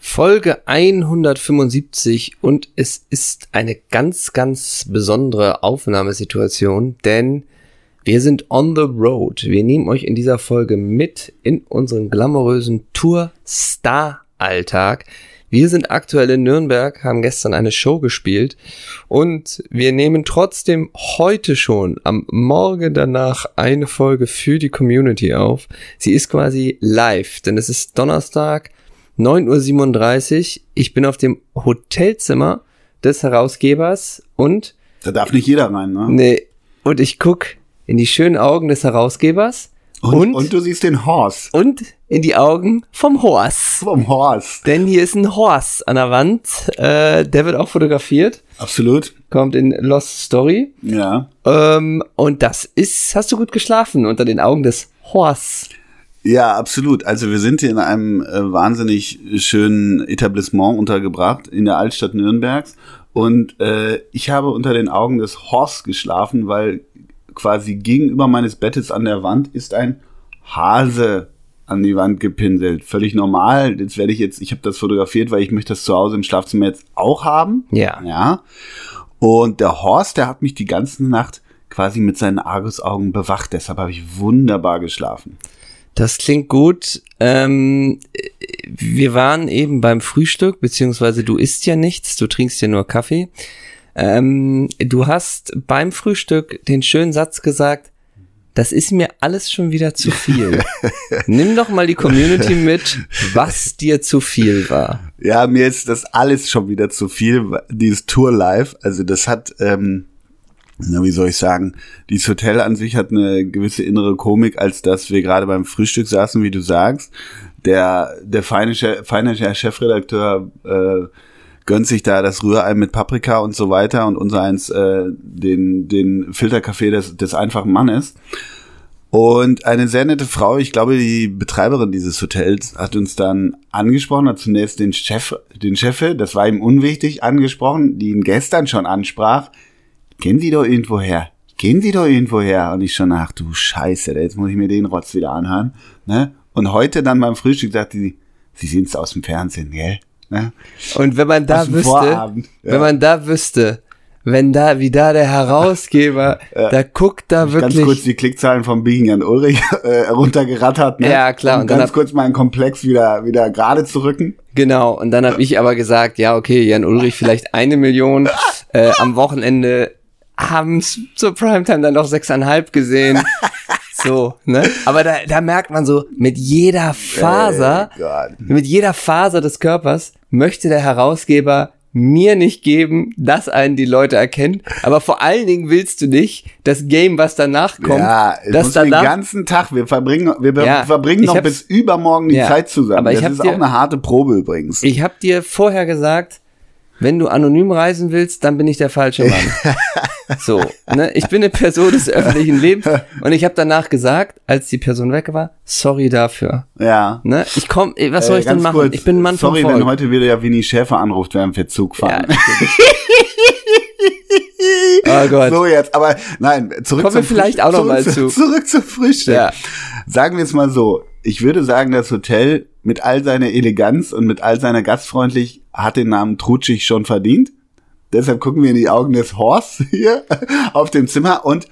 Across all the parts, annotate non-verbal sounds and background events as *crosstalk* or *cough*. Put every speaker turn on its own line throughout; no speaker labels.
Folge 175 und es ist eine ganz, ganz besondere Aufnahmesituation, denn wir sind on the road. Wir nehmen euch in dieser Folge mit in unseren glamourösen Tour-Star-Alltag. Wir sind aktuell in Nürnberg, haben gestern eine Show gespielt und wir nehmen trotzdem heute schon am Morgen danach eine Folge für die Community auf. Sie ist quasi live, denn es ist Donnerstag, 9.37 Uhr. Ich bin auf dem Hotelzimmer des Herausgebers und
Da darf nicht jeder rein, ne?
nee, und ich guck in die schönen Augen des Herausgebers
Und,
und,
und du siehst den Horst
und in die Augen vom Horst.
vom Horst.
Denn hier ist ein Horst an der Wand. Äh, der wird auch fotografiert.
Absolut.
Kommt in Lost Story.
Ja.
Ähm, und das ist, hast du gut geschlafen unter den Augen des Horst.
Ja, absolut. Also wir sind hier in einem äh, wahnsinnig schönen Etablissement untergebracht in der Altstadt Nürnbergs und äh, ich habe unter den Augen des Horst geschlafen, weil quasi gegenüber meines Bettes an der Wand ist ein Hase an die Wand gepinselt. Völlig normal. Jetzt werde ich jetzt, ich habe das fotografiert, weil ich möchte das zu Hause im Schlafzimmer jetzt auch haben.
Ja.
Ja. Und der Horst, der hat mich die ganze Nacht quasi mit seinen Argusaugen bewacht. Deshalb habe ich wunderbar geschlafen.
Das klingt gut. Ähm, wir waren eben beim Frühstück, beziehungsweise du isst ja nichts, du trinkst ja nur Kaffee. Ähm, du hast beim Frühstück den schönen Satz gesagt, das ist mir alles schon wieder zu
*laughs*
viel. Nimm doch mal die Community mit, was dir zu viel war.
Ja, mir ist das alles schon wieder zu viel, dieses Tour Live. Also das hat, ähm, na, wie soll ich sagen, dieses Hotel an sich hat eine gewisse innere Komik, als dass wir gerade beim Frühstück saßen, wie du sagst. Der, der feine, Che- feine Che- Chefredakteur äh, gönnt sich da das Rührei mit Paprika und so weiter und unser eins äh, den, den Filterkaffee des, des einfachen Mannes. Und eine sehr nette Frau, ich glaube, die Betreiberin dieses Hotels hat uns dann angesprochen, hat zunächst den Chef, den Chefe, das war ihm unwichtig, angesprochen, die ihn gestern schon ansprach. Gehen Sie doch irgendwo her. Gehen Sie doch irgendwo her. Und ich schon, ach du Scheiße, jetzt muss ich mir den Rotz wieder anhören. Ne? Und heute dann beim Frühstück sagte sie, Sie sind's aus dem Fernsehen, gell? Ne?
Und wenn man
Aus
da
dem
wüsste,
Vorabend, ja.
wenn man da wüsste, wenn da, wie da der Herausgeber, da guckt da
Ganz
wirklich.
kurz die Klickzahlen von Biegen Jan Ulrich *laughs* äh, runtergerattert, ne?
Ja, klar.
Um
Und dann
ganz
hat-
kurz meinen Komplex wieder, wieder gerade zu rücken.
Genau, und
*laughs*
dann habe ich aber gesagt, ja, okay, Jan Ulrich, vielleicht eine Million. Äh, am Wochenende haben's zur Primetime dann noch sechseinhalb
*laughs*
gesehen. So, ne? Aber da, da merkt man so, mit jeder Faser,
Ey, Gott.
mit jeder Faser des Körpers möchte der Herausgeber mir nicht geben, dass einen die Leute erkennen. Aber vor allen Dingen willst du nicht das Game, was danach kommt,
ja, es
das
muss den
danach
ganzen Tag, wir verbringen, wir be-
Ja,
verbringen
ich
noch
hab's-
bis übermorgen die
Ja,
Zeit zusammen.
aber ich
das
hab
ist
dir-
auch eine harte Probe übrigens.
Ich habe dir vorher gesagt, wenn du anonym reisen willst, dann bin ich der falsche
*laughs*
Mann. so, ne? Ich bin eine Person des öffentlichen Lebens
*laughs*
und ich habe danach gesagt, als die Person weg war, sorry dafür.
ja.
Ne? Ich komm, ey, was soll
Äh,
ich denn
ganz
machen?
kurz,
ich bin ein Mann
Sorry,
vom
wenn
Volk.
heute wieder ja Winnie Schäfer anruft, während wir Zug fahren.
ja,
*laughs*
stimmt. oh Gott.
So jetzt, aber nein, zurück
Kommen wir vielleicht auch noch
zurück
mal
zu.
zu.
*laughs* Zurück zum Frühstück.
Ja.
Sagen wir es mal so, ich würde sagen, das Hotel mit all seiner Eleganz und mit all seiner Gastfreundlichkeit hat den Namen Trutschig schon verdient. Deshalb gucken wir in die Augen des Horst *laughs* hier auf dem Zimmer und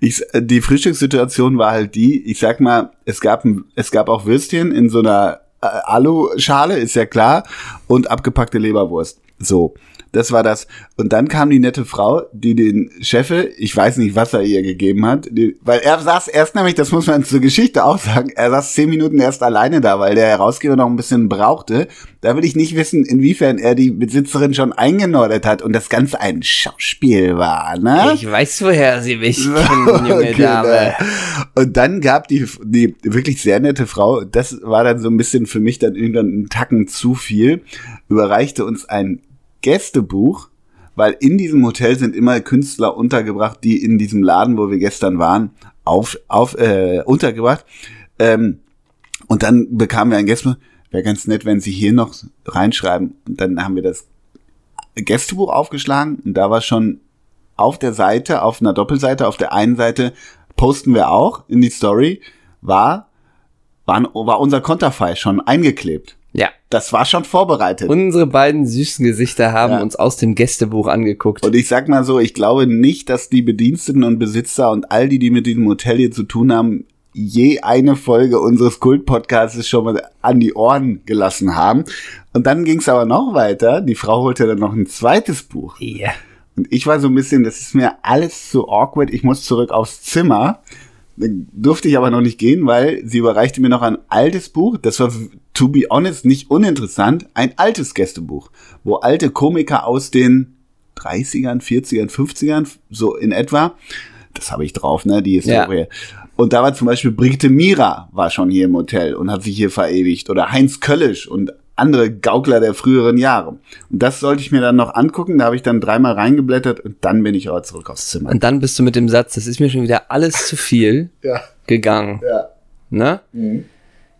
ich, die Frühstückssituation war halt die, ich sag mal, es gab, ein, es gab auch Würstchen in so einer äh, Aluschale, ist ja klar, und abgepackte Leberwurst. So, das war das. Und dann kam die nette Frau, die den Chefe, ich weiß nicht, was er ihr gegeben hat, die, weil er saß erst nämlich, das muss man zur Geschichte auch sagen, er saß zehn Minuten erst alleine da, weil der Herausgeber noch ein bisschen brauchte. Da will ich nicht wissen, inwiefern er die Besitzerin schon eingenordet hat und das Ganze ein Schauspiel war, ne?
Ich weiß, woher sie mich
*laughs*
kennen, junge
Genau.
Dame.
Und dann gab die, die wirklich sehr nette Frau, das war dann so ein bisschen für mich dann irgendwann ein Tacken zu viel, überreichte uns ein Gästebuch, weil in diesem Hotel sind immer Künstler untergebracht, die in diesem Laden, wo wir gestern waren, auf, auf, äh, untergebracht. Ähm, und dann bekamen wir ein Gästebuch. Wäre ganz nett, wenn Sie hier noch reinschreiben. Und dann haben wir das Gästebuch aufgeschlagen und da war schon auf der Seite, auf einer Doppelseite, auf der einen Seite posten wir auch in die Story, war, waren, war unser Konterfei schon eingeklebt.
Ja,
Das war schon vorbereitet.
Unsere beiden süßen Gesichter haben
Ja.
uns aus dem Gästebuch angeguckt.
Und ich sag mal so, ich glaube nicht, dass die Bediensteten und Besitzer und all die, die mit diesem Hotel hier zu tun haben, je eine Folge unseres Kult-Podcasts schon mal an die Ohren gelassen haben. Und dann ging es aber noch weiter. Die Frau holte dann noch ein zweites Buch.
Ja.
Und ich war so ein bisschen, das ist mir alles zu awkward. Ich muss zurück aufs Zimmer. Dann Durfte ich aber noch nicht gehen, weil sie überreichte mir noch ein altes Buch. Das war, to be honest, nicht uninteressant. Ein altes Gästebuch, wo alte Komiker aus den 30ern, 40ern, 50ern, so in etwa. Das habe ich drauf, ne, die Historie. Und da war zum Beispiel Brigitte Mira war schon hier im Hotel und hat sich hier verewigt. Oder Heinz Köllisch und andere Gaukler der früheren Jahre. Und das sollte ich mir dann noch angucken. Da habe ich dann dreimal reingeblättert und dann bin ich aber zurück aufs Zimmer.
Und dann bist du mit dem Satz, das ist mir schon wieder alles zu viel
Ja,
gegangen.
ja. Mhm.
Ne?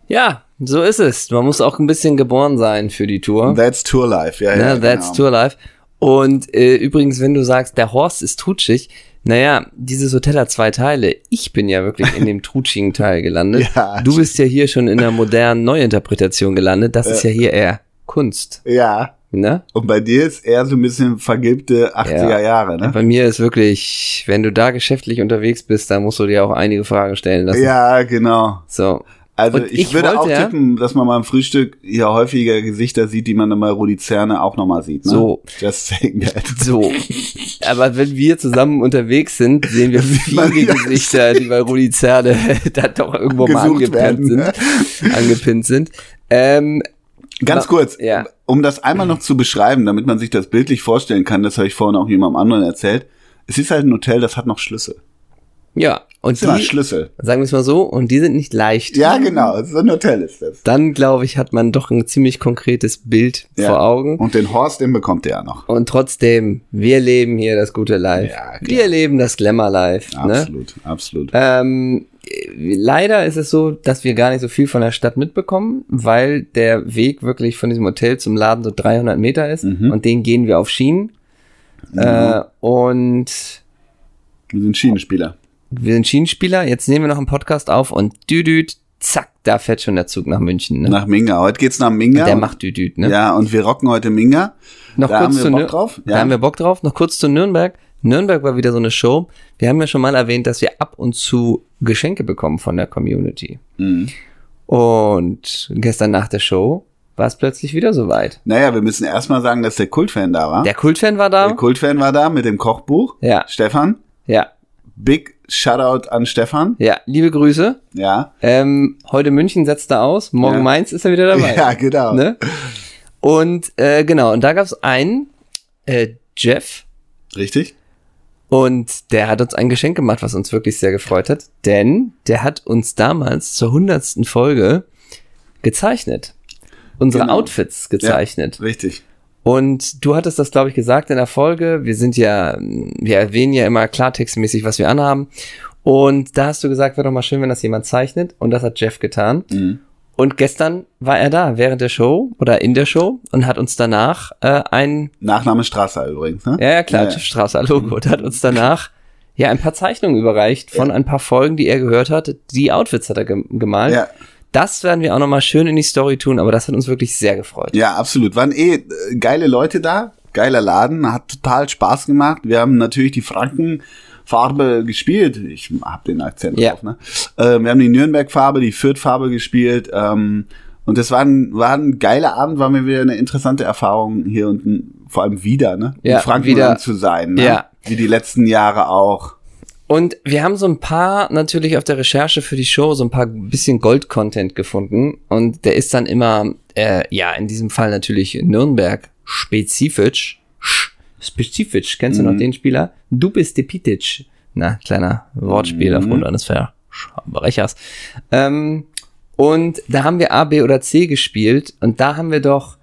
Ja, so ist es. Man muss auch ein bisschen geboren sein für die Tour.
That's Tour Life, ja, ja.
Ne, Hm? that's
genau.
Tour Life. Und äh, übrigens, wenn du sagst, der Horst ist tutschig, naja, dieses Hotel hat zwei Teile. Ich bin ja wirklich in dem trutschigen Teil gelandet.
*laughs* Ja.
Du bist ja hier schon in der modernen Neuinterpretation gelandet. Das ist ja hier eher Kunst.
Ja.
Ne?
Und bei dir ist eher so ein bisschen vergilbte 80er Jahre, ne?
Bei mir ist wirklich, wenn du da geschäftlich unterwegs bist, dann musst du dir auch einige Fragen stellen lassen.
Ja, genau.
So.
Also
Und
ich,
ich
würde
wollte,
auch
ja.
tippen, dass man beim Frühstück hier häufiger Gesichter sieht, die man dann bei Rudi Zerne auch nochmal sieht. Ne?
So.
Just saying that. *laughs*
So. Aber wenn wir zusammen unterwegs sind, sehen wir
man
viele
ja.
Gesichter, die bei Rudi Zerne *laughs* da doch irgendwo mal angepinnt
Gesucht werden,
sind.
ne?
Angepinnt sind. Ähm,
Ganz
Na,
kurz,
ja.
um das einmal noch zu beschreiben, damit man sich das bildlich vorstellen kann, das habe ich vorhin auch jemandem anderen erzählt. Es ist halt ein Hotel, das hat noch Schlüssel.
ja, und
Das sind
die,
halt Schlüssel.
sagen wir es mal so, und die sind nicht leicht.
Ja, genau, so ein Hotel ist das.
Dann, glaube ich, hat man doch ein ziemlich konkretes Bild
Ja.
vor Augen.
Und den Horst, den bekommt er ja noch.
Und trotzdem, wir leben hier das gute Life.
Ja, klar.
wir leben das Glamour Life. Ne?
Absolut, absolut.
Ähm, äh, leider ist es so, dass wir gar nicht so viel von der Stadt mitbekommen, weil der Weg wirklich von diesem Hotel zum Laden so 300 Meter ist
Mhm.
und den gehen wir auf Schienen. Äh, und
Wir sind Schienenspieler.
wir sind Schienenspieler. Jetzt nehmen wir noch einen Podcast auf und düdüt, zack, da fährt schon der Zug nach München. Ne?
Nach Minga. Heute geht's nach Minga.
der macht düdüt. Ne?
Ja, und wir rocken heute Minga.
Noch
da
kurz
haben wir
zu
Bock
Nür-
drauf.
Da haben wir Bock drauf. Noch kurz zu Nürnberg. Nürnberg war wieder so eine Show. Wir haben ja schon mal erwähnt, dass wir ab und zu Geschenke bekommen von der Community.
Mhm.
Und gestern nach der Show war es plötzlich wieder soweit.
Naja, wir müssen erstmal sagen, dass der Kultfan da war.
Der Kultfan war da.
Der Kultfan war da mit dem Kochbuch.
Ja.
Stefan.
ja,
Big Shoutout an Stefan.
ja. Liebe Grüße.
Ja.
Ähm, heute München setzt er aus. Morgen
Ja.
Mainz ist er wieder dabei.
*laughs* Ja, genau.
Ne? Und äh, genau, und da gab es einen, äh, Jeff,
Richtig?
Und der hat uns ein Geschenk gemacht, was uns wirklich sehr gefreut hat, denn der hat uns damals zur hundertsten Folge gezeichnet. Unsere
Genau.
Outfits gezeichnet.
Richtig.
Und du hattest das, glaube ich, gesagt in der Folge. Wir sind ja, wir erwähnen ja immer klartextmäßig, was wir anhaben. Und da hast du gesagt, wäre doch mal schön, wenn das jemand zeichnet. Und das hat Jeff getan.
Mhm.
Und gestern war er da während der Show oder in der Show und hat uns danach äh, ein
Nachname Strasser übrigens, ne?
ja, ja, klar,
Ja, Mhm. ja.
ja. Straße Logo. Und hat uns danach ja ein paar Zeichnungen überreicht von ein paar Folgen, die er gehört hat. Die Outfits hat er gem- gemalt.
Ja.
Das werden wir auch nochmal schön in die Story tun, aber das hat uns wirklich sehr gefreut.
Ja, absolut. Waren eh äh, geile Leute da, geiler Laden, hat total Spaß gemacht. Wir haben natürlich die Frankenfarbe gespielt. Ich hab den Akzent
Ja.
drauf, ne? Äh, wir haben die Nürnberg-Farbe, die Fürth-Farbe gespielt. Ähm, und das war ein, war ein geiler Abend, war mir wieder eine interessante Erfahrung hier unten, vor allem wieder, ne?
Ja,
in Frankenland
wieder.
zu sein, ne?
Ja.
Wie die letzten Jahre auch.
Und wir haben so ein paar natürlich auf der Recherche für die Show so ein paar bisschen Gold-Content gefunden. Und der ist dann immer, äh, ja, in diesem Fall natürlich Nürnberg spezifisch. Sch- Spezifisch, kennst du noch den Spieler? Du bist de Pitic. Na, kleiner Wortspiel aufgrund eines Verbrechers. Ähm, und da haben wir A, B oder C gespielt. Und da haben wir doch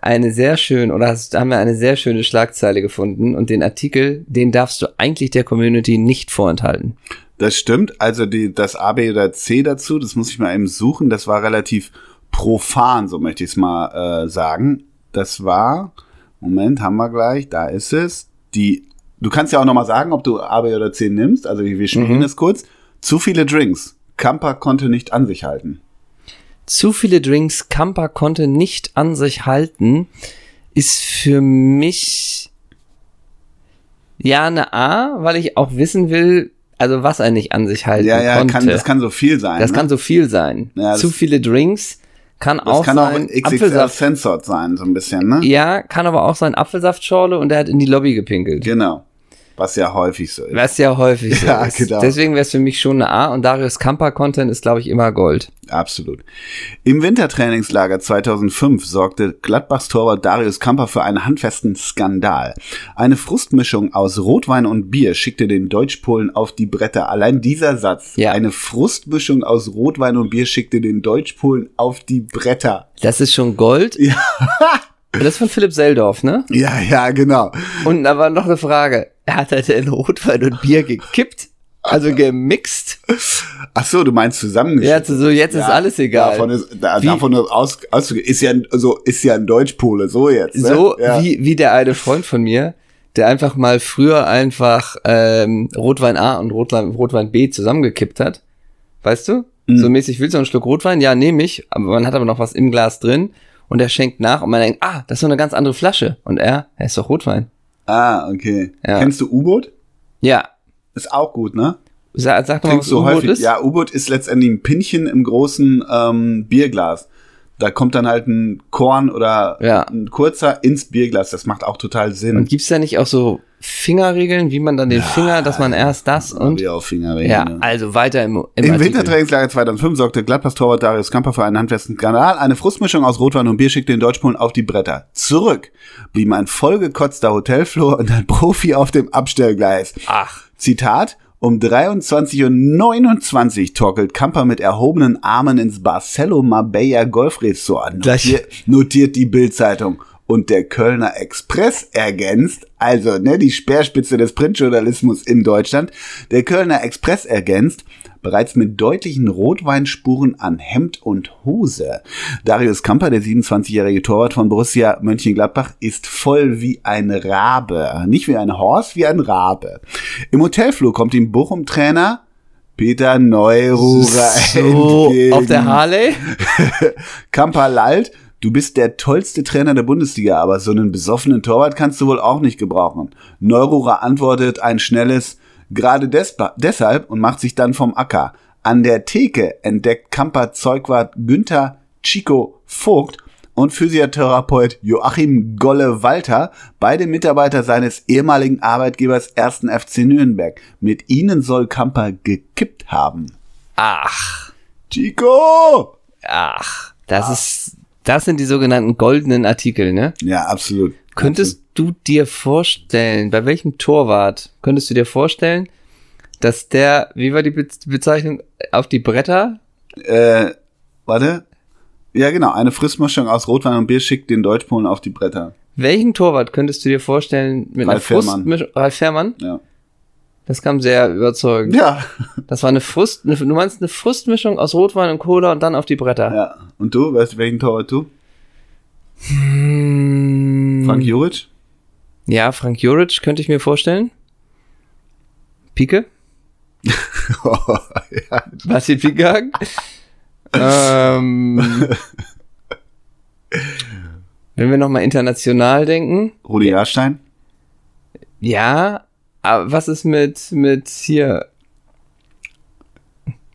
eine sehr schön oder hast, haben wir eine sehr schöne Schlagzeile gefunden und den Artikel, den darfst du eigentlich der Community nicht vorenthalten.
Das stimmt. Also die, das A, B oder C dazu, das muss ich mal eben suchen. Das war relativ profan, so möchte ich es mal äh, sagen. Das war, Moment, haben wir gleich, da ist es. Die, du kannst ja auch nochmal sagen, ob du A, B oder C nimmst.
Mhm.
Also wir spielen das kurz. Zu viele Drinks. Kamper konnte nicht an sich halten.
Zu viele Drinks, Kamper konnte nicht an sich halten, ist für mich ja eine A, weil ich auch wissen will, also was er nicht an sich halten
Ja, ja,
konnte.
kann, das kann so viel sein.
Das
ne?
kann so viel sein.
Ja, das-
Zu viele Drinks kann
das
auch
kann auch
sein.
XXL
Apfelsaft.
Censored sein, so ein bisschen, ne?
Ja, kann aber auch sein Apfelsaftschorle und er hat in die Lobby gepinkelt.
Genau. Was ja häufig so ist.
Was ja häufig so
Ja,
ist.
genau.
Deswegen wäre es für mich schon eine A und Darius Kamper Content ist, glaube ich, immer Gold.
Absolut. Im Wintertrainingslager 2005 sorgte Gladbachs Torwart Darius Kamper für einen handfesten Skandal. Eine Frustmischung aus Rotwein und Bier schickte den Deutschpolen auf die Bretter. Allein dieser Satz.
Ja.
Eine Frustmischung aus Rotwein und Bier schickte den Deutschpolen auf die Bretter.
Das ist schon Gold. Ja. Das ist von Philipp Seldorf, ne?
Ja, ja, genau.
Und da war noch eine Frage. Hat er denn Rotwein und Bier gekippt? Also gemixt?
Ach so, du meinst
Ja,
zusammengeschüttet.
also so jetzt ist alles egal.
Davon ist, da,
Wie-
davon ist aus, auszugehen. Ist ja, ein- so, ist ja ein Deutschpole, so jetzt. Ne?
So
ja.
wie, wie der eine Freund von mir, der einfach mal früher einfach ähm, Rotwein A und Rotwein, Rotwein B zusammengekippt hat. Weißt du?
Mhm.
So mäßig, willst du noch einen Schluck Rotwein? Ja, nehme ich. Aber man hat aber noch was im Glas drin. Und er schenkt nach und man denkt, ah, das ist so eine ganz andere Flasche. Und er, er ist doch Rotwein.
Ah, okay.
Ja.
Kennst du U-Boot?
Ja,
Ist auch gut, ne?
sag, sag doch mal,
Trinkst
was
du
U-Boot
häufig.
ist.
Ja, U-Boot ist letztendlich ein Pinchen im großen ähm, Bierglas. Da kommt dann halt ein Korn oder
Ja.
ein kurzer ins Bierglas. Das macht auch total Sinn.
Und gibt's da nicht auch so Fingerregeln, wie man dann den Finger, dass man erst das und...
Bier auf Finger
Ja,
ne?
also weiter im, im
Im
Artikel.
Wintertrainingslager 2005 sorgte Gladbach-Torwart Darius Kamper für einen handfesten Skandal. Eine Frustmischung aus Rotwein und Bier schickte den Deutschpolen auf die Bretter. Zurück blieben ein vollgekotzter Hotelflur und ein Profi auf dem Abstellgleis.
Ach,
Zitat, um 23.29 Uhr torkelt Kamper mit erhobenen Armen ins Barcelo Marbella Golfresort.
Das-
Notiert, notiert die Bildzeitung. Und der Kölner Express ergänzt, also ne, die Speerspitze des Printjournalismus in Deutschland, der Kölner Express ergänzt, bereits mit deutlichen Rotweinspuren an Hemd und Hose. Darius Kamper, der 27-jährige Torwart von Borussia Mönchengladbach, ist voll wie ein Rabe. Nicht wie ein Horst, wie ein Rabe. Im Hotelflur kommt ihm Bochum-Trainer Peter Neururer
so
entgegen.
auf der Harley?
Kamper lallt, du bist der tollste Trainer der Bundesliga, aber so einen besoffenen Torwart kannst du wohl auch nicht gebrauchen. Neururer antwortet ein schnelles, gerade despa- deshalb und macht sich dann vom Acker. An der Theke entdeckt Kamper Zeugwart Günther Chico Vogt und Physiotherapeut Joachim Golle-Walter, beide Mitarbeiter seines ehemaligen Arbeitgebers 1. FC Nürnberg. Mit ihnen soll Kamper gekippt haben.
Ach.
Chico!
Ach, das ist, das sind die sogenannten goldenen Artikel, ne?
Ja, absolut.
Könntest du dir vorstellen, bei welchem Torwart könntest du dir vorstellen, dass der, wie war die Be Bezeichnung, auf die Bretter?
Äh, warte. Ja, genau. Eine Fristmischung aus Rotwein und Bier schickt den Deutschpolen auf die Bretter.
Welchen Torwart könntest du dir vorstellen mit
Ralf
einer
Fährmann.
Frustmischung? Ralf Fährmann?
Ja.
Das kam sehr
*laughs*
überzeugend.
Ja.
Das war eine Frust, eine, du meinst eine Frustmischung aus Rotwein und Cola und dann auf die Bretter.
ja. Und du? Weißt du, welchen Torwart du?
Hm,
Frank *laughs* Juric?
ja, Frank Juric könnte ich mir vorstellen. Pike?
ja.
Martin Piegang. ähm, wenn wir nochmal international denken,
Rudi Jahrstein?
ja, aber was ist mit, mit hier?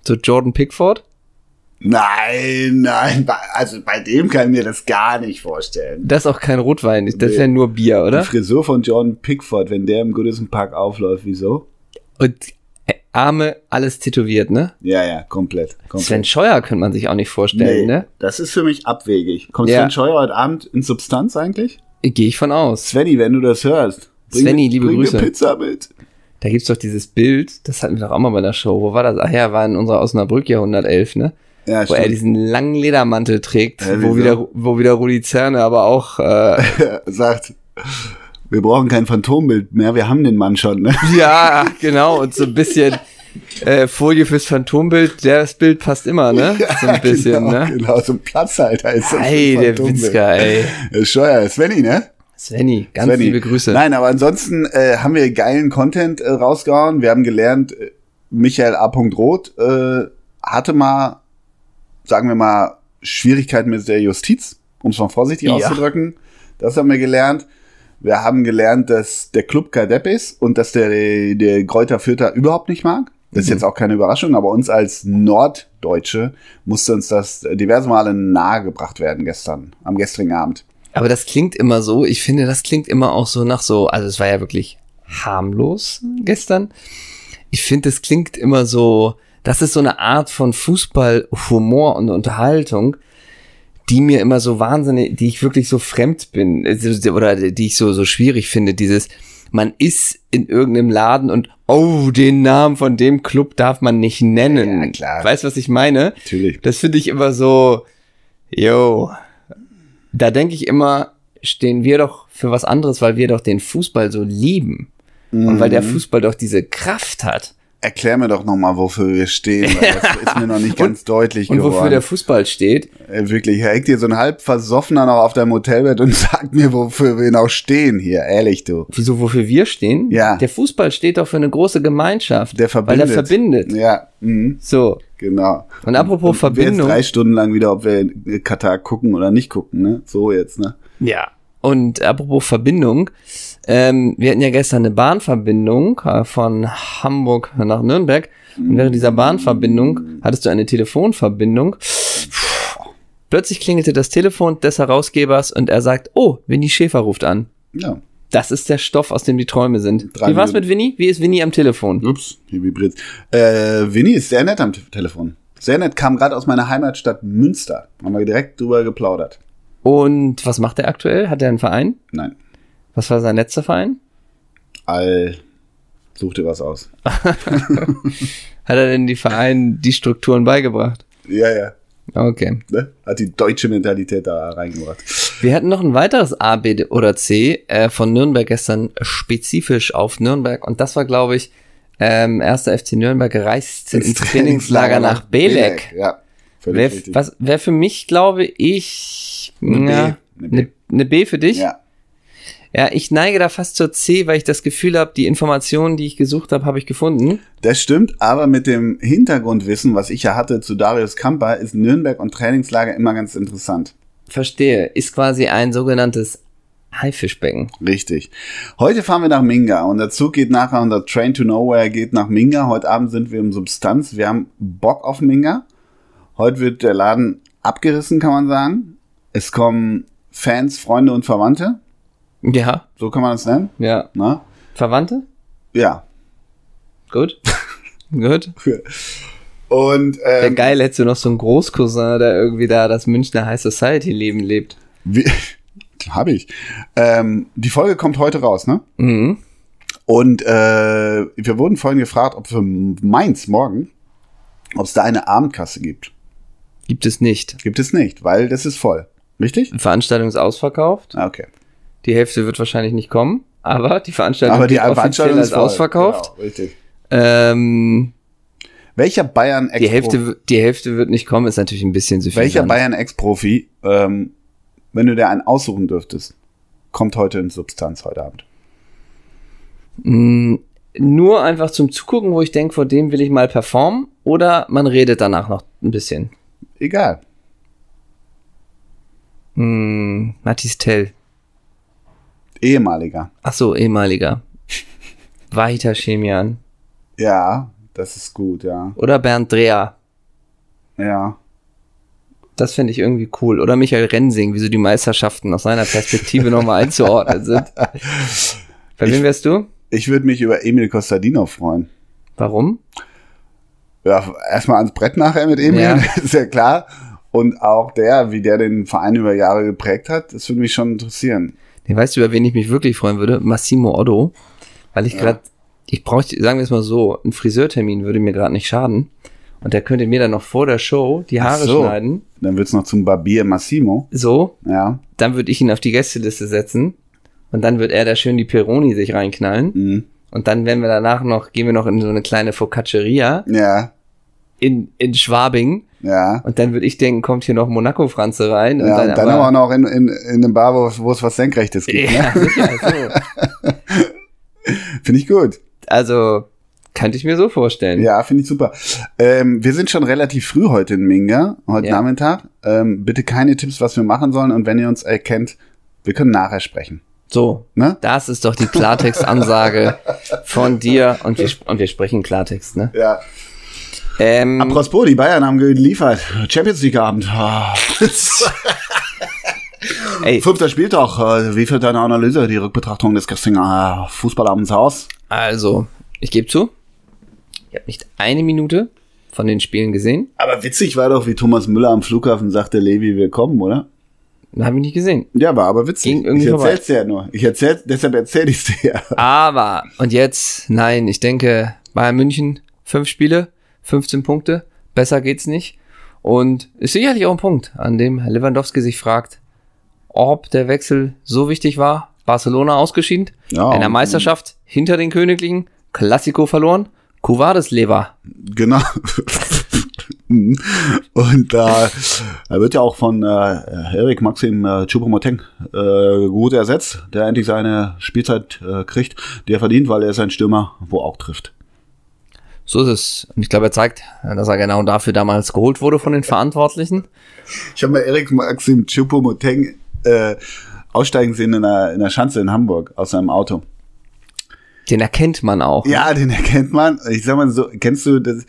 So Jordan Pickford?
Nein, nein. bei- Also bei dem kann ich mir das gar nicht vorstellen.
Das ist auch kein Rotwein, das ist
Nee.
ja nur Bier,
Der
oder?
Friseur von John Pickford, wenn der im Goodison Park aufläuft, wieso?
Und äh, Arme, alles tätowiert, ne?
Ja, ja, komplett.
Sven
komplett.
Scheuer könnte man sich auch nicht vorstellen, ne?
das ist für mich abwegig. Kommt
Ja.
Sven Scheuer heute Abend in Substanz eigentlich?
Gehe ich von aus.
Svenny, wenn du das hörst. bring
Svenny,
mir-
liebe
bring
Grüße.
Mir Pizza mit.
Da gibt's doch dieses Bild, das hatten wir doch auch mal bei der Show. Wo war das? Ach ja, war in unserer Osnabrück Jahrhundert 11, ne?
Ja,
wo er diesen langen Ledermantel trägt,
Äh,
wo,
wieso?
wieder, wo wieder Rudi Zerne aber auch äh, *laughs*
sagt, wir brauchen kein Phantombild mehr, wir haben den Mann schon. Ne?
ja, genau, und so ein bisschen äh, Folie fürs Phantombild, das Bild passt immer,
*laughs*
ne? So ein bisschen,
genau,
ne?
Genau, so ein Platzhalter ist das.
Hey, der Witzker, ey.
Der Äh, Scheuer, Svenny, ne?
Svenny, ganz
Svenny.
liebe Grüße.
Nein, aber ansonsten äh, haben wir geilen Content äh, rausgehauen. Wir haben gelernt, äh, Michael A. Roth äh, hatte mal, sagen wir mal, Schwierigkeiten mit der Justiz, um es mal vorsichtig
Ja.
auszudrücken. Das haben wir gelernt. Wir haben gelernt, dass der Club kein Depp ist und dass der, der Kräuter Fürther überhaupt nicht mag. Das ist
Mhm.
jetzt auch keine Überraschung, aber uns als Norddeutsche musste uns das diverse Male nahegebracht werden gestern, am gestrigen Abend.
Aber das klingt immer so, ich finde, das klingt immer auch so nach so, also es war ja wirklich harmlos gestern. Ich finde, es klingt immer so, das ist so eine Art von Fußball, Humor und Unterhaltung, die mir immer so wahnsinnig, die ich wirklich so fremd bin, äh, oder die ich so, so schwierig finde, dieses, man ist in irgendeinem Laden und, oh, den Namen von dem Club darf man nicht nennen.
Ja, klar.
Weißt du, was ich meine?
Natürlich.
Das finde ich immer so, yo. Da denke ich immer, stehen wir doch für was anderes, weil wir doch den Fußball so lieben. Und weil der
Mhm.
Fußball doch diese Kraft hat.
Erklär mir doch nochmal, wofür wir stehen. Weil das ist mir noch nicht ganz deutlich
Und
geworden.
wofür der Fußball steht.
Ey, wirklich, hängt dir so ein halb versoffener noch auf deinem Hotelbett und *laughs* sagt mir, wofür wir noch stehen hier, ehrlich du.
Wieso, wofür wir stehen?
Ja.
Der Fußball steht doch für eine große Gemeinschaft.
Der verbindet.
Weil er verbindet.
Ja, mhm,
So.
genau.
Und apropos
Wir
Verbindung.
jetzt drei Stunden lang wieder, ob wir in Katar gucken oder nicht gucken, ne? So jetzt, ne?
Ja. Und apropos Verbindung, ähm, wir hatten ja gestern eine Bahnverbindung äh, von Hamburg nach Nürnberg. Und während dieser Bahnverbindung hattest du eine Telefonverbindung. Plötzlich klingelte das Telefon des Herausgebers und er sagt, oh, Winnie Schäfer ruft an.
Ja.
Das ist der Stoff, aus dem die Träume sind.
Drei
Wie war's
Minuten.
mit Winnie? Wie ist Winnie am Telefon?
Ups, hier vibriert. Äh, Winnie ist sehr nett am T- Telefon. Sehr nett, kam gerade aus meiner Heimatstadt Münster. Haben wir direkt drüber geplaudert.
Und was macht er aktuell? Hat er einen Verein?
Nein.
Was war sein letzter Verein?
All such dir was aus.
Hat er denn die Verein die Strukturen beigebracht?
Ja, ja.
Okay.
Ne? Hat die deutsche Mentalität da reingebracht.
Wir hatten noch ein weiteres A, B oder C äh, von Nürnberg gestern spezifisch auf Nürnberg und das war, glaube ich, ähm, erster FC Nürnberg gereist ins, Trainingslager nach Belek.
Ja, völlig
Wer,
richtig.
was, wer für mich, glaube ich,
Eine B,
ja,
eine
eine
B.
B. Eine B für dich?
Ja,
Ja, ich neige da fast zur C, weil ich das Gefühl habe, die Informationen, die ich gesucht habe, habe ich gefunden.
das stimmt, aber mit dem Hintergrundwissen, was ich ja hatte zu Darius Kamper, ist Nürnberg und Trainingslager immer ganz interessant.
Verstehe. Ist quasi ein sogenanntes Haifischbecken.
Richtig. Heute fahren wir nach Minga. Unser Zug geht nachher, unser Train to Nowhere geht nach Minga. Heute Abend sind wir im Substanz. Wir haben Bock auf Minga. Heute wird der Laden abgerissen, kann man sagen. Es kommen Fans, Freunde und Verwandte.
Ja,
So kann man es nennen.
ja.
Na?
Verwandte?
Ja. *laughs*
Gut. Gut.
Und
Wäre
ähm,
geil, hättest du noch so einen Großcousin, der irgendwie da das Münchner High Society Leben lebt.
Wie- *laughs* Hab ich. Ähm, die Folge kommt heute raus, ne?
Mhm.
Und äh, wir wurden vorhin gefragt, ob für Mainz morgen, ob es da eine Abendkasse gibt.
Gibt es nicht.
Gibt es nicht, weil das ist voll.
Mhm.
Richtig?
Veranstaltung ist ausverkauft.
Ah, Okay.
Die Hälfte wird wahrscheinlich nicht kommen, aber die Veranstaltung
Aber die
gilt offiziell
Veranstaltung
als
ist voll.
ausverkauft.
Genau, richtig.
Ähm,
Welcher Bayern
die, Hälfte, w- die Hälfte wird nicht kommen, ist natürlich ein bisschen zu viel.
welcher
Sand.
Bayern Ex-Profi, ähm, wenn du dir einen aussuchen dürftest, kommt heute in Substanz heute Abend.
Mm, Nur einfach zum Zugucken, wo ich denke, vor dem will ich mal performen. Oder man redet danach noch ein bisschen.
Egal.
Hm, Mathis Tell.
Ehemaliger.
Ach so,
*laughs*
ehemaliger. Weiter Chemian.
Ja, das ist gut, ja.
Oder Bernd Dreher.
Ja.
Das finde ich irgendwie cool. Oder Michael Rensing, wieso die Meisterschaften aus seiner Perspektive nochmal einzuordnen
*laughs*
sind. Bei
Ich-
wem wärst du?
Ich würde mich über Emil Costadino freuen.
Warum?
ja, erstmal ans Brett nachher mit Emil,
Ja.
*laughs* ist ja klar. Und auch der, wie der den Verein über Jahre geprägt hat, das würde mich schon interessieren.
Nee, weißt du, über wen ich mich wirklich freuen würde? Massimo Otto. Weil ich gerade, ich bräuchte, sagen wir es mal so, ein Friseurtermin würde mir gerade nicht schaden. Und der könnte mir dann noch vor der Show die
Ach
Haare
so.
schneiden.
Dann wird's noch zum Barbier Massimo.
So,
Ja.
dann würde ich ihn auf die Gästeliste setzen. Und dann wird er da schön die Peroni sich reinknallen.
Mhm.
Und dann werden wir danach noch, gehen wir noch in so eine kleine Focacceria
Ja.
in, in Schwabing.
Ja.
Und dann würde ich denken, kommt hier noch Monaco-Franze rein.
ja, und dann
*laughs*
aber noch in, in, in einem Bar, wo, wo es was Senkrechtes gibt. Ne?
ja, sicher, so.
Finde ich gut.
Also, Könnte ich mir so vorstellen.
Ja, finde ich super. Ähm, wir sind schon relativ früh heute in Minga, heute
Ja.
Nachmittag. Ähm, bitte keine Tipps, was wir machen sollen. Und wenn ihr uns erkennt, wir können nachher sprechen.
So,
Ne?
das ist doch die Klartext-Ansage von dir und wir, sp- und wir sprechen Klartext, ne?
Ja.
Ähm,
Apropos, die Bayern haben geliefert. Champions League Abend. *laughs* Ah.
ey,
Fünfter Spieltag. Äh, Wie fällt deine Analyse, die Rückbetrachtung des gestrigen äh, Fußballabends aus?
also, ich gebe zu, ich habe nicht eine Minute von den Spielen gesehen.
Aber witzig war doch, wie Thomas Müller am Flughafen sagte, Levi, willkommen, oder?
Habe ich nicht gesehen.
Ja, war aber witzig.
Ging irgendwie
ich
vorbei.
erzähl's dir ja nur. Ich erzähl, deshalb erzähl ich's dir ja.
Aber, und jetzt, nein, ich denke, Bayern München, fünf Spiele, 15 Punkte, besser geht's nicht. Und ist sicherlich auch ein Punkt, an dem Lewandowski sich fragt, ob der Wechsel so wichtig war. Barcelona ausgeschieden,
Ja,
in der
und-
Meisterschaft hinter den Königlichen, Klassiko verloren, Cuvades Lever.
Genau. *laughs* Und äh, er wird ja auch von äh, Erik Maxim äh, Choupo-Moteng äh, gut ersetzt, der endlich seine Spielzeit äh, kriegt, die er verdient, weil er ist ein Stürmer, wo auch trifft.
So ist es. Und ich glaube, er zeigt, dass er genau dafür damals geholt wurde von den Verantwortlichen.
Ich habe mal Erik Maxim Choupo-Moteng äh, aussteigen sehen in einer, in einer Schanze in Hamburg aus seinem Auto.
Den erkennt man auch.
Ja, den erkennt man. Ich sag mal so, kennst du das?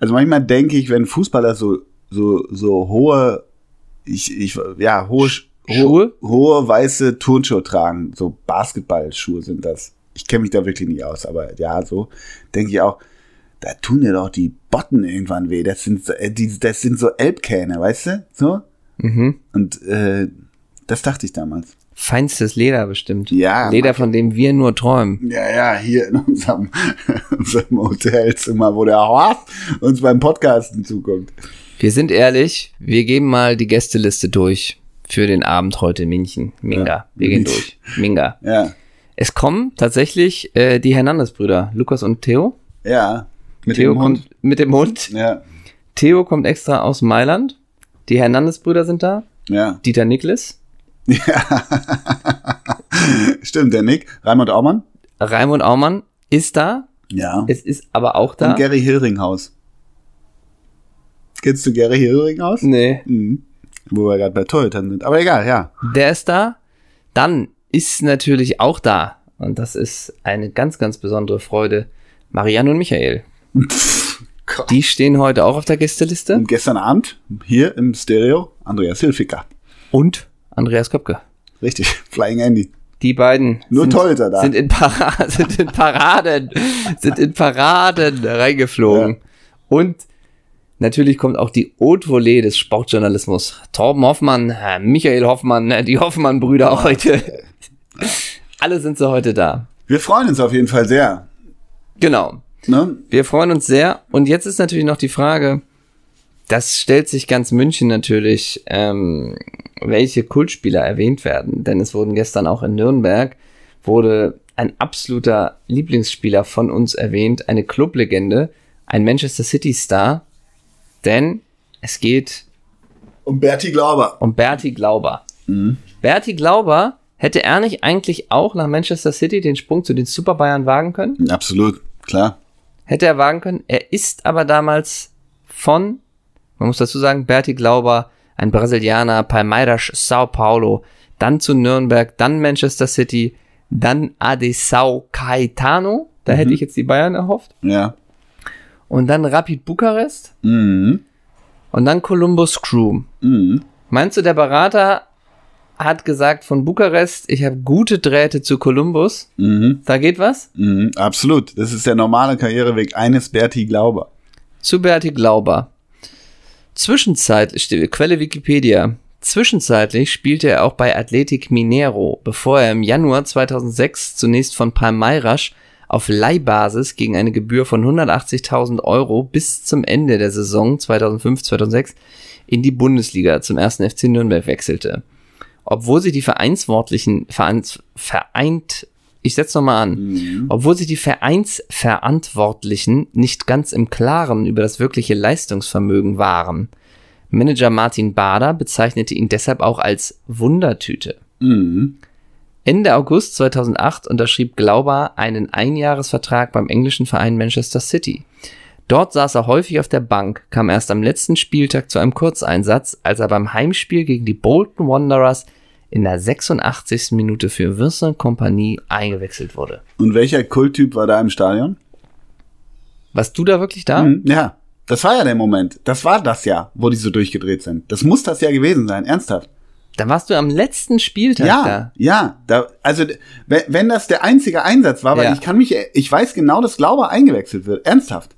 Also manchmal denke ich, wenn Fußballer so, so, so hohe, ich, ich, ja, hohe, Sch-
Schuhe?
Hohe, hohe weiße Turnschuhe tragen. So Basketballschuhe sind das. Ich kenne mich da wirklich nicht aus, aber ja, so denke ich auch. Da tun dir doch die Botten irgendwann weh. Das sind so, äh, die, das sind so Elbkähne, weißt du? So.
Mhm.
Und äh, das dachte ich damals.
Feinstes Leder bestimmt.
Ja,
Leder, von dem wir nur träumen.
Ja, ja, hier in unserem, *laughs* unserem Hotelzimmer, wo der Horst uns beim Podcasten zuguckt.
Wir sind ehrlich, wir geben mal die Gästeliste durch für den Abend heute in München. Minga,
Ja.
wir gehen durch. Minga.
Ja,
Es kommen tatsächlich äh, die Hernandez-Brüder, Lukas und Theo.
ja. Mit
Theo
dem
kommt
Hund.
mit dem Hund.
Ja,
Theo kommt extra aus Mailand. Die Hernandez-Brüder sind da.
ja. *laughs*
Dieter Niklas,
Stimmt, der Nick. Raimund Aumann.
Raimund Aumann ist da.
Ja.
Es ist aber auch da.
Und Gary Hillringhaus. Kennst du Gary Hillringhaus?
nee,
Mhm. Wo wir gerade bei Torhütern sind. Aber egal, ja.
der ist da. Dann ist natürlich auch da. Und das ist eine ganz, ganz besondere Freude. Marianne und Michael.
*laughs* Gott.
Die stehen heute auch auf der Gästeliste.
Und gestern Abend hier im Stereo Andreas Hilfiger.
Und Andreas Köpke.
Richtig, *laughs* Flying Andy.
Die beiden
Nur
sind,
Torhüter da.
sind in Parade, *laughs* sind in Paraden, sind in Paraden reingeflogen. Und natürlich kommt auch die Haute Volée des Sportjournalismus. Torben Hoffmann, äh, Michael Hoffmann, äh, die Hoffmann-Brüder
*laughs*
heute. Alle sind sie heute da.
Wir freuen uns auf jeden Fall sehr.
Genau.
Ne?
Wir freuen uns sehr. Und jetzt ist natürlich noch die Frage, das stellt sich ganz München natürlich, ähm, welche Kultspieler erwähnt werden. Denn es wurden gestern auch in Nürnberg, wurde ein absoluter Lieblingsspieler von uns erwähnt, eine Clublegende, ein Manchester City Star. Denn es geht
Und Berti Glauber.
um Berti Glauber. Berti Glauber, hätte er nicht eigentlich auch nach Manchester City den Sprung zu den Super Bayern wagen können?
Absolut, klar.
Hätte er wagen können. Er ist aber damals von, man muss dazu sagen, Berti Glauber, ein Brasilianer, Palmeiras Sao Paulo, dann zu Nürnberg, dann Manchester City, dann Adesau Caetano, da
Mhm.
hätte ich jetzt die Bayern erhofft,
Ja.
und dann Rapid Bukarest
Mhm.
und dann Columbus Crew.
Mhm.
Meinst du, der Berater hat gesagt von Bukarest, ich habe gute Drähte zu Columbus,
Mhm.
da geht was?
Mhm. Absolut. Das ist der normale Karriereweg eines Berti Glauber.
zu Berti Glauber. Zwischenzeitlich, die Quelle Wikipedia. Zwischenzeitlich spielte er auch bei Athletic Mineiro, bevor er im Januar 2006 zunächst von Palmeiras auf Leihbasis gegen eine Gebühr von 180.000 Euro bis zum Ende der Saison 2005-2006 in die Bundesliga zum 1. FC Nürnberg wechselte. Obwohl sich die Vereinswortlichen vereint, vereint ich setze nochmal an, obwohl sich die Vereinsverantwortlichen nicht ganz im Klaren über das wirkliche Leistungsvermögen waren. Manager Martin Bader bezeichnete ihn deshalb auch als Wundertüte.
Mhm.
Ende August 2008 unterschrieb Glauber einen Einjahresvertrag beim englischen Verein Manchester City. Dort saß er häufig auf der Bank, kam erst am letzten Spieltag zu einem Kurzeinsatz, als er beim Heimspiel gegen die Bolton Wanderers in der 86. Minute für Vincent Compagnie eingewechselt wurde.
Und welcher Kulttyp war da im Stadion?
Warst du da wirklich da?
Mhm, ja, das war ja der Moment. Das war das Jahr, wo die so durchgedreht sind. Das muss das Jahr gewesen sein, ernsthaft.
Da warst du am letzten Spieltag
Ja,
da.
ja, da, also d- we- wenn das der einzige Einsatz war, weil
Ja.
ich kann mich, ich weiß genau, dass Glauber eingewechselt wird, ernsthaft.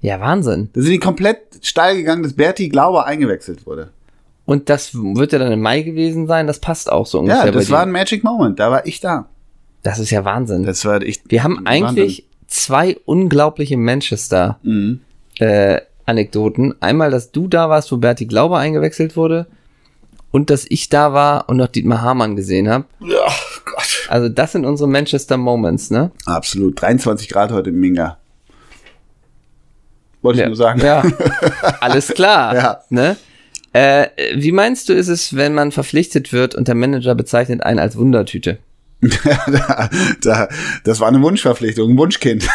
Ja, Wahnsinn.
Da sind die komplett steil gegangen, dass Berti Glauber eingewechselt wurde.
Und das wird ja dann im Mai gewesen sein, das passt auch so ungefähr
Ja,
bei
das
dir.
war ein Magic Moment, da war ich da.
das ist ja Wahnsinn.
Das war ich.
Wir haben eigentlich zwei unglaubliche Manchester
Mhm.
äh, Anekdoten. Einmal, dass du da warst, wo Berti Glauber eingewechselt wurde und dass ich da war und noch Dietmar Hamann gesehen habe.
Ja, Gott.
Also das sind unsere Manchester Moments, ne?
Absolut. 23 Grad heute im Minga. Wollte ich nur sagen.
Ja, alles klar.
Ja.
Ne? Äh, wie meinst du, ist es, wenn man verpflichtet wird und der Manager bezeichnet einen als Wundertüte?
*laughs* da, da, das war eine Wunschverpflichtung, ein Wunschkind.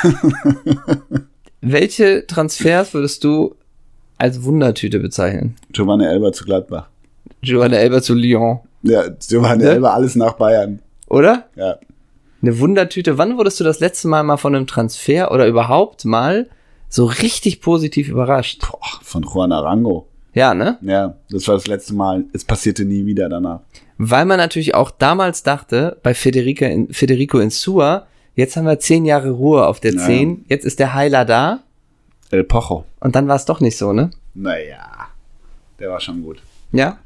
Welche Transfers würdest du als Wundertüte bezeichnen?
Giovanni Elber zu Gladbach.
Johanna Elber zu Lyon,
Ja, Giovanni
Ne?
Elber, alles nach Bayern.
oder?
Ja.
Eine Wundertüte. Wann wurdest du das letzte Mal mal von einem Transfer oder überhaupt mal so richtig positiv überrascht?
Boah, von Juan Arango.
Ja, ne?
Ja, das war das letzte Mal. Es passierte nie wieder danach.
Weil man natürlich auch damals dachte, bei Federica in, Federico Insua, jetzt haben wir zehn Jahre Ruhe auf der
Ja.
10, jetzt ist der Heiler da
El Pocho.
und dann war es doch nicht so, ne?
Naja, der war schon gut.
Ja?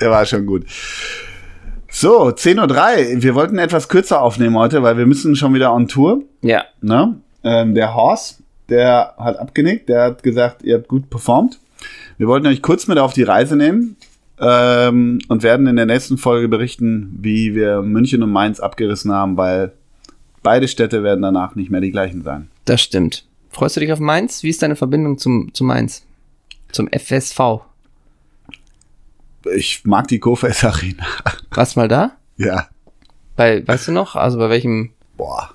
Der war schon gut. So, 10.03 Uhr. Wir wollten etwas kürzer aufnehmen heute, weil wir müssen schon wieder on Tour.
Ja.
Ne? Ähm, der Horst, der hat abgenickt, der hat gesagt, ihr habt gut performt. Wir wollten euch kurz mit auf die Reise nehmen ähm, und werden in der nächsten Folge berichten, wie wir München und Mainz abgerissen haben, weil beide Städte werden danach nicht mehr die gleichen sein.
Das stimmt. Freust du dich auf Mainz? Wie ist deine Verbindung zum, zu Mainz? Zum FSV?
Ich mag die Kofers Arena.
Warst du mal da?
*laughs* ja,
Bei, weißt du noch? Also bei welchem?
boah.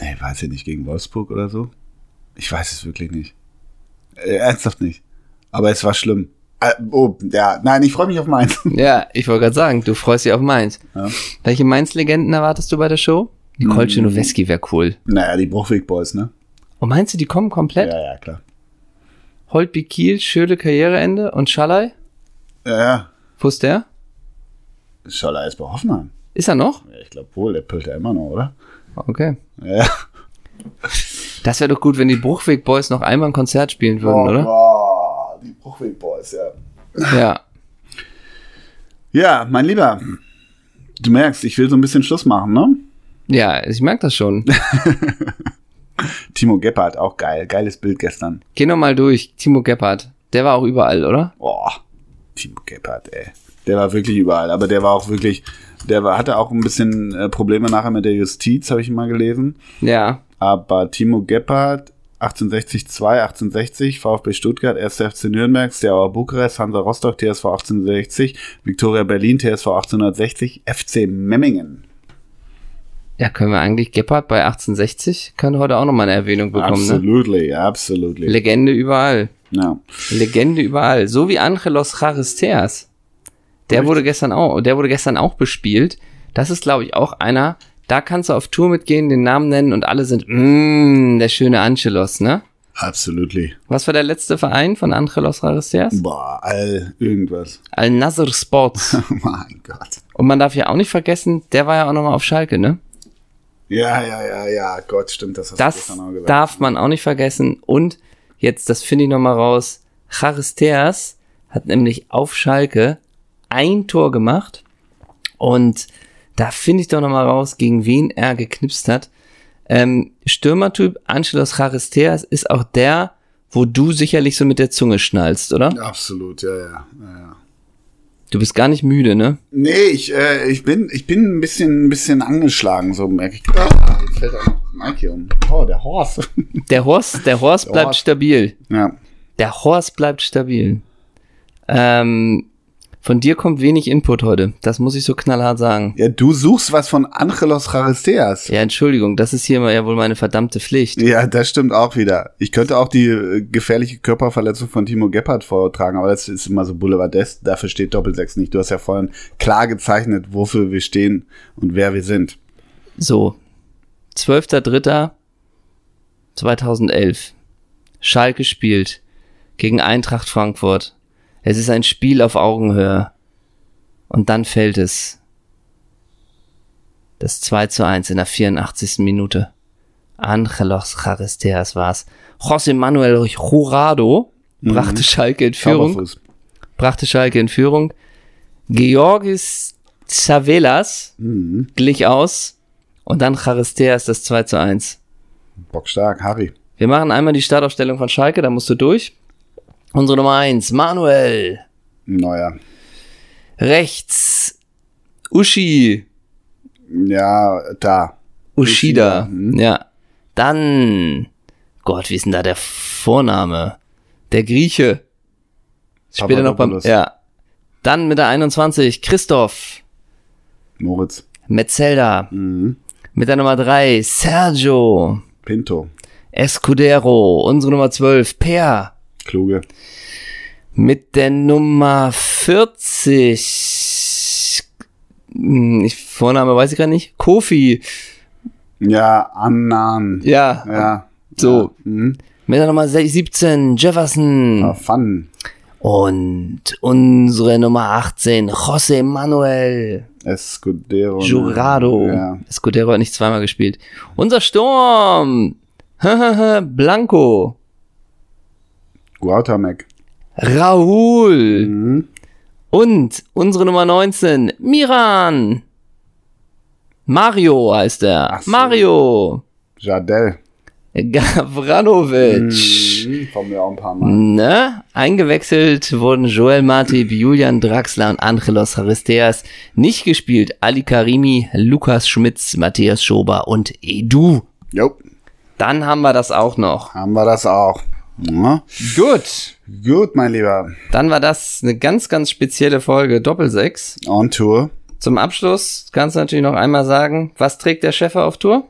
Nee, weiß ich nicht, gegen Wolfsburg oder so? Ich weiß es wirklich nicht. Äh, ernsthaft nicht. Aber es war schlimm. Äh, oh, ja, nein, ich freue mich auf Mainz.
Ja, ich wollte gerade sagen, du freust dich auf Mainz.
Ja. Hm.
Welche Mainz-Legenden erwartest du bei der Show? Nicole Czernoweski wäre cool.
*laughs* Naja, die Bruchweg Boys, ne?
Und meinst du, die kommen komplett?
Ja, ja, klar.
Holtby Kiel, Schöle Karriereende und Schalay?
Ja, ja.
Wo ist der?
Scholler ist bei Hoffenheim.
Ist er noch?
Ja, ich glaube wohl, der pölt ja immer noch, oder?
Okay.
Ja.
Das wäre doch gut, wenn die Bruchweg Boys noch einmal ein Konzert spielen würden,
Oh,
oder?
Gott, die Bruchweg Boys, ja.
Ja.
Ja, mein Lieber, du merkst, ich will so ein bisschen Schluss machen, ne?
Ja, ich merke das schon.
*laughs* Timo Gebhardt, auch geil. Geiles Bild gestern.
Geh nochmal durch. Timo Gebhardt. Der war auch überall, oder?
Boah, Timo Gebhardt, ey. Der war wirklich überall, aber der war auch wirklich, der war, hatte auch ein bisschen äh, Probleme nachher mit der Justiz, habe ich mal gelesen.
Ja.
Aber Timo Gebhardt, 1860-2, 1860, VfB Stuttgart, 1. FC Nürnberg, Steaua Bukarest, Hansa Rostock, TSV 1860, Viktoria Berlin, TSV 1860, FC Memmingen.
Ja, können wir eigentlich Gebhardt bei 1860? Könnte heute auch nochmal eine Erwähnung bekommen, ne?
absolutely, absolutely.
Legende überall.
Ja.
Legende überall. So wie Angelos Charisteas. Der wurde gestern auch, der wurde gestern auch bespielt. Das ist, glaube ich, auch einer. Da kannst du auf Tour mitgehen, den Namen nennen und alle sind, mmm, der schöne Angelos, ne?
Absolutely.
Was war der letzte Verein von Angelos Charisteas?
Boah, all irgendwas. *laughs* Oh
Al-Nasr Sports.
mein Gott.
Und man darf ja auch nicht vergessen, der war ja auch nochmal auf Schalke, ne?
Ja, ja, ja, ja, Gott, stimmt, das hast
Das
gestern auch gesagt.
darf man auch nicht vergessen. Und jetzt, das finde ich nochmal raus, Charisteas hat nämlich auf Schalke ein Tor gemacht. Und da finde ich doch nochmal raus, gegen wen er geknipst hat. Ähm, Stürmertyp Angelos Charisteas ist auch der, wo du sicherlich so mit der Zunge schnallst, oder?
Absolut, ja, ja, ja, ja.
Du bist gar nicht müde, ne?
Nee, ich, äh, ich bin, ich bin ein bisschen, ein bisschen angeschlagen, so merke ich. Ah, jetzt fällt auch noch Mike hier um. Oh, der Horst. *laughs*
Der Horst, der Horst bleibt
Horst.
stabil.
ja.
Der Horst bleibt stabil. Ähm, Von dir kommt wenig Input heute. Das muss ich so knallhart sagen.
Ja, du suchst was von Angelos Charisteas.
Ja, Entschuldigung, das ist hier mal ja wohl meine verdammte Pflicht.
Ja, das stimmt auch wieder. Ich könnte auch die äh, gefährliche Körperverletzung von Timo Gebhardt vortragen, aber das ist immer so Boulevardesk. Dafür steht Doppelsechs nicht. Du hast ja vorhin klar gezeichnet, wofür wir stehen und wer wir sind.
So. 12.03.2011. Schalke spielt gegen Eintracht Frankfurt. Es ist ein Spiel auf Augenhöhe. Und dann fällt es. Das 2 zu 1 in der 84. Minute. Angelos Charisteas war's. José Manuel Jurado brachte Schalke in Führung
Zauberfuß.
brachte Schalke in Führung. Georgis Zavelas
Mhm.
glich aus und dann Charisteas das 2 zu 1.
Bockstark, Harry.
Wir machen einmal die Startaufstellung von Schalke, da musst du durch. Unsere Nummer 1, Manuel.
Naja.
Rechts, Uschi,
Ja, da. Ushida,
Ushida.
mhm.
Ja. Dann, Gott, wie ist denn da der Vorname? Der Grieche. Später noch beim,
Papadopoulos.
ja. Dann mit der 21, Christoph,
Moritz.
Metzelda,
Mhm.
Mit der Nummer 3 Sergio
Pinto.
Escudero. Unsere Nummer 12 Peer.
Kluge.
Mit der Nummer 40. hm, Ich, Vorname weiß ich gar nicht. Kofi.
Ja, Annan.
Ja.
Ja.
So.
Ja. Ah, Mhm.
Mit der Nummer se- 17 Jefferson.
Ja, Fun.
Und unsere Nummer 18 José Manuel
Escudero.
Jurado.
Ja.
Escudero hat nicht zweimal gespielt. Unser Sturm. *laughs* Blanco.
Guautamek.
Raoul.
Mhm.
Und unsere Nummer 19, Miran. Mario heißt er.
Ach so.
Mario.
Jardel.
Hm. Gavranovic.
Mhm. Kommen wir auch ein paar Mal.
Ne? Eingewechselt wurden Joel Matip, Julian Draxler und Angelos Haristeas. Nicht gespielt Ali Karimi, Lukas Schmitz, Matthias Schober und Edu.
Jo,
Dann haben wir das auch noch.
haben wir das auch. Ja.
Gut.
Gut, mein Lieber.
Dann war das eine ganz, ganz spezielle Folge Doppelsechs.
On Tour.
Zum Abschluss kannst du natürlich noch einmal sagen, was trägt der Chef auf Tour?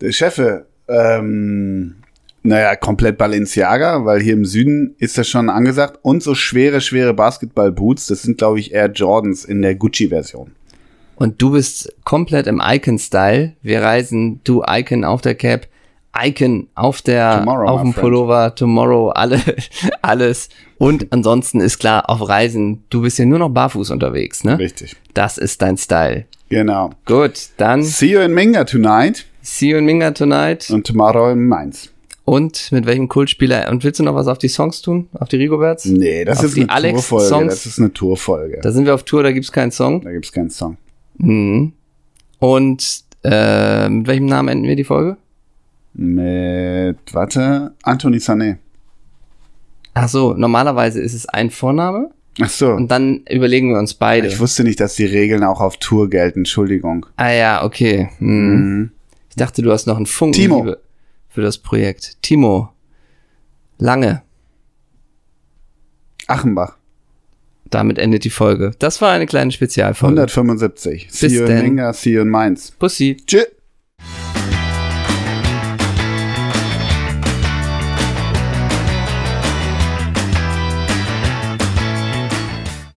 Der Chefe, ähm, naja, komplett Balenciaga, weil hier im Süden ist das schon angesagt. Und so schwere, schwere Basketball-Boots, das sind, glaube ich, Air Jordans in der Gucci-Version.
Und du bist komplett im Icon-Style. Wir reisen, du Icon auf der Cap, Icon auf der,
Tomorrow,
auf
my
dem
friend.
Pullover, Tomorrow, alle, *laughs* alles. Und ansonsten ist klar, auf Reisen, du bist ja nur noch barfuß unterwegs, ne?
Richtig.
Das ist dein Style.
Genau.
Gut, dann
See you in Minga tonight
see you in Minga tonight.
und tomorrow in Mainz.
Und mit welchem Kultspieler? Und willst du noch was auf die Songs tun? Auf die Rigoberts?
Nee, das
Auf
ist
die
eine
Alex
Tourfolge.
Songs.
Das ist eine Tourfolge.
Da sind wir auf Tour, da gibt's keinen Song.
Da gibt's keinen Song.
Mhm. Und äh, mit welchem Namen enden wir die Folge?
Mit, warte, Anthony Sané.
Ach so, normalerweise ist es ein Vorname
Ach so.
und dann überlegen wir uns beide.
Ich wusste nicht, dass die Regeln auch auf Tour gelten. Entschuldigung.
ah ja, okay. Hm.
Mhm.
Ich dachte, du hast noch einen Funken
Timo.
Liebe für das Projekt. Timo. Lange.
Achenbach.
Damit endet die Folge. Das war eine kleine Spezialfolge.
175. See
Bis
you in
denn.
Minga, see you in Mainz.
Pussy.
Tschüss.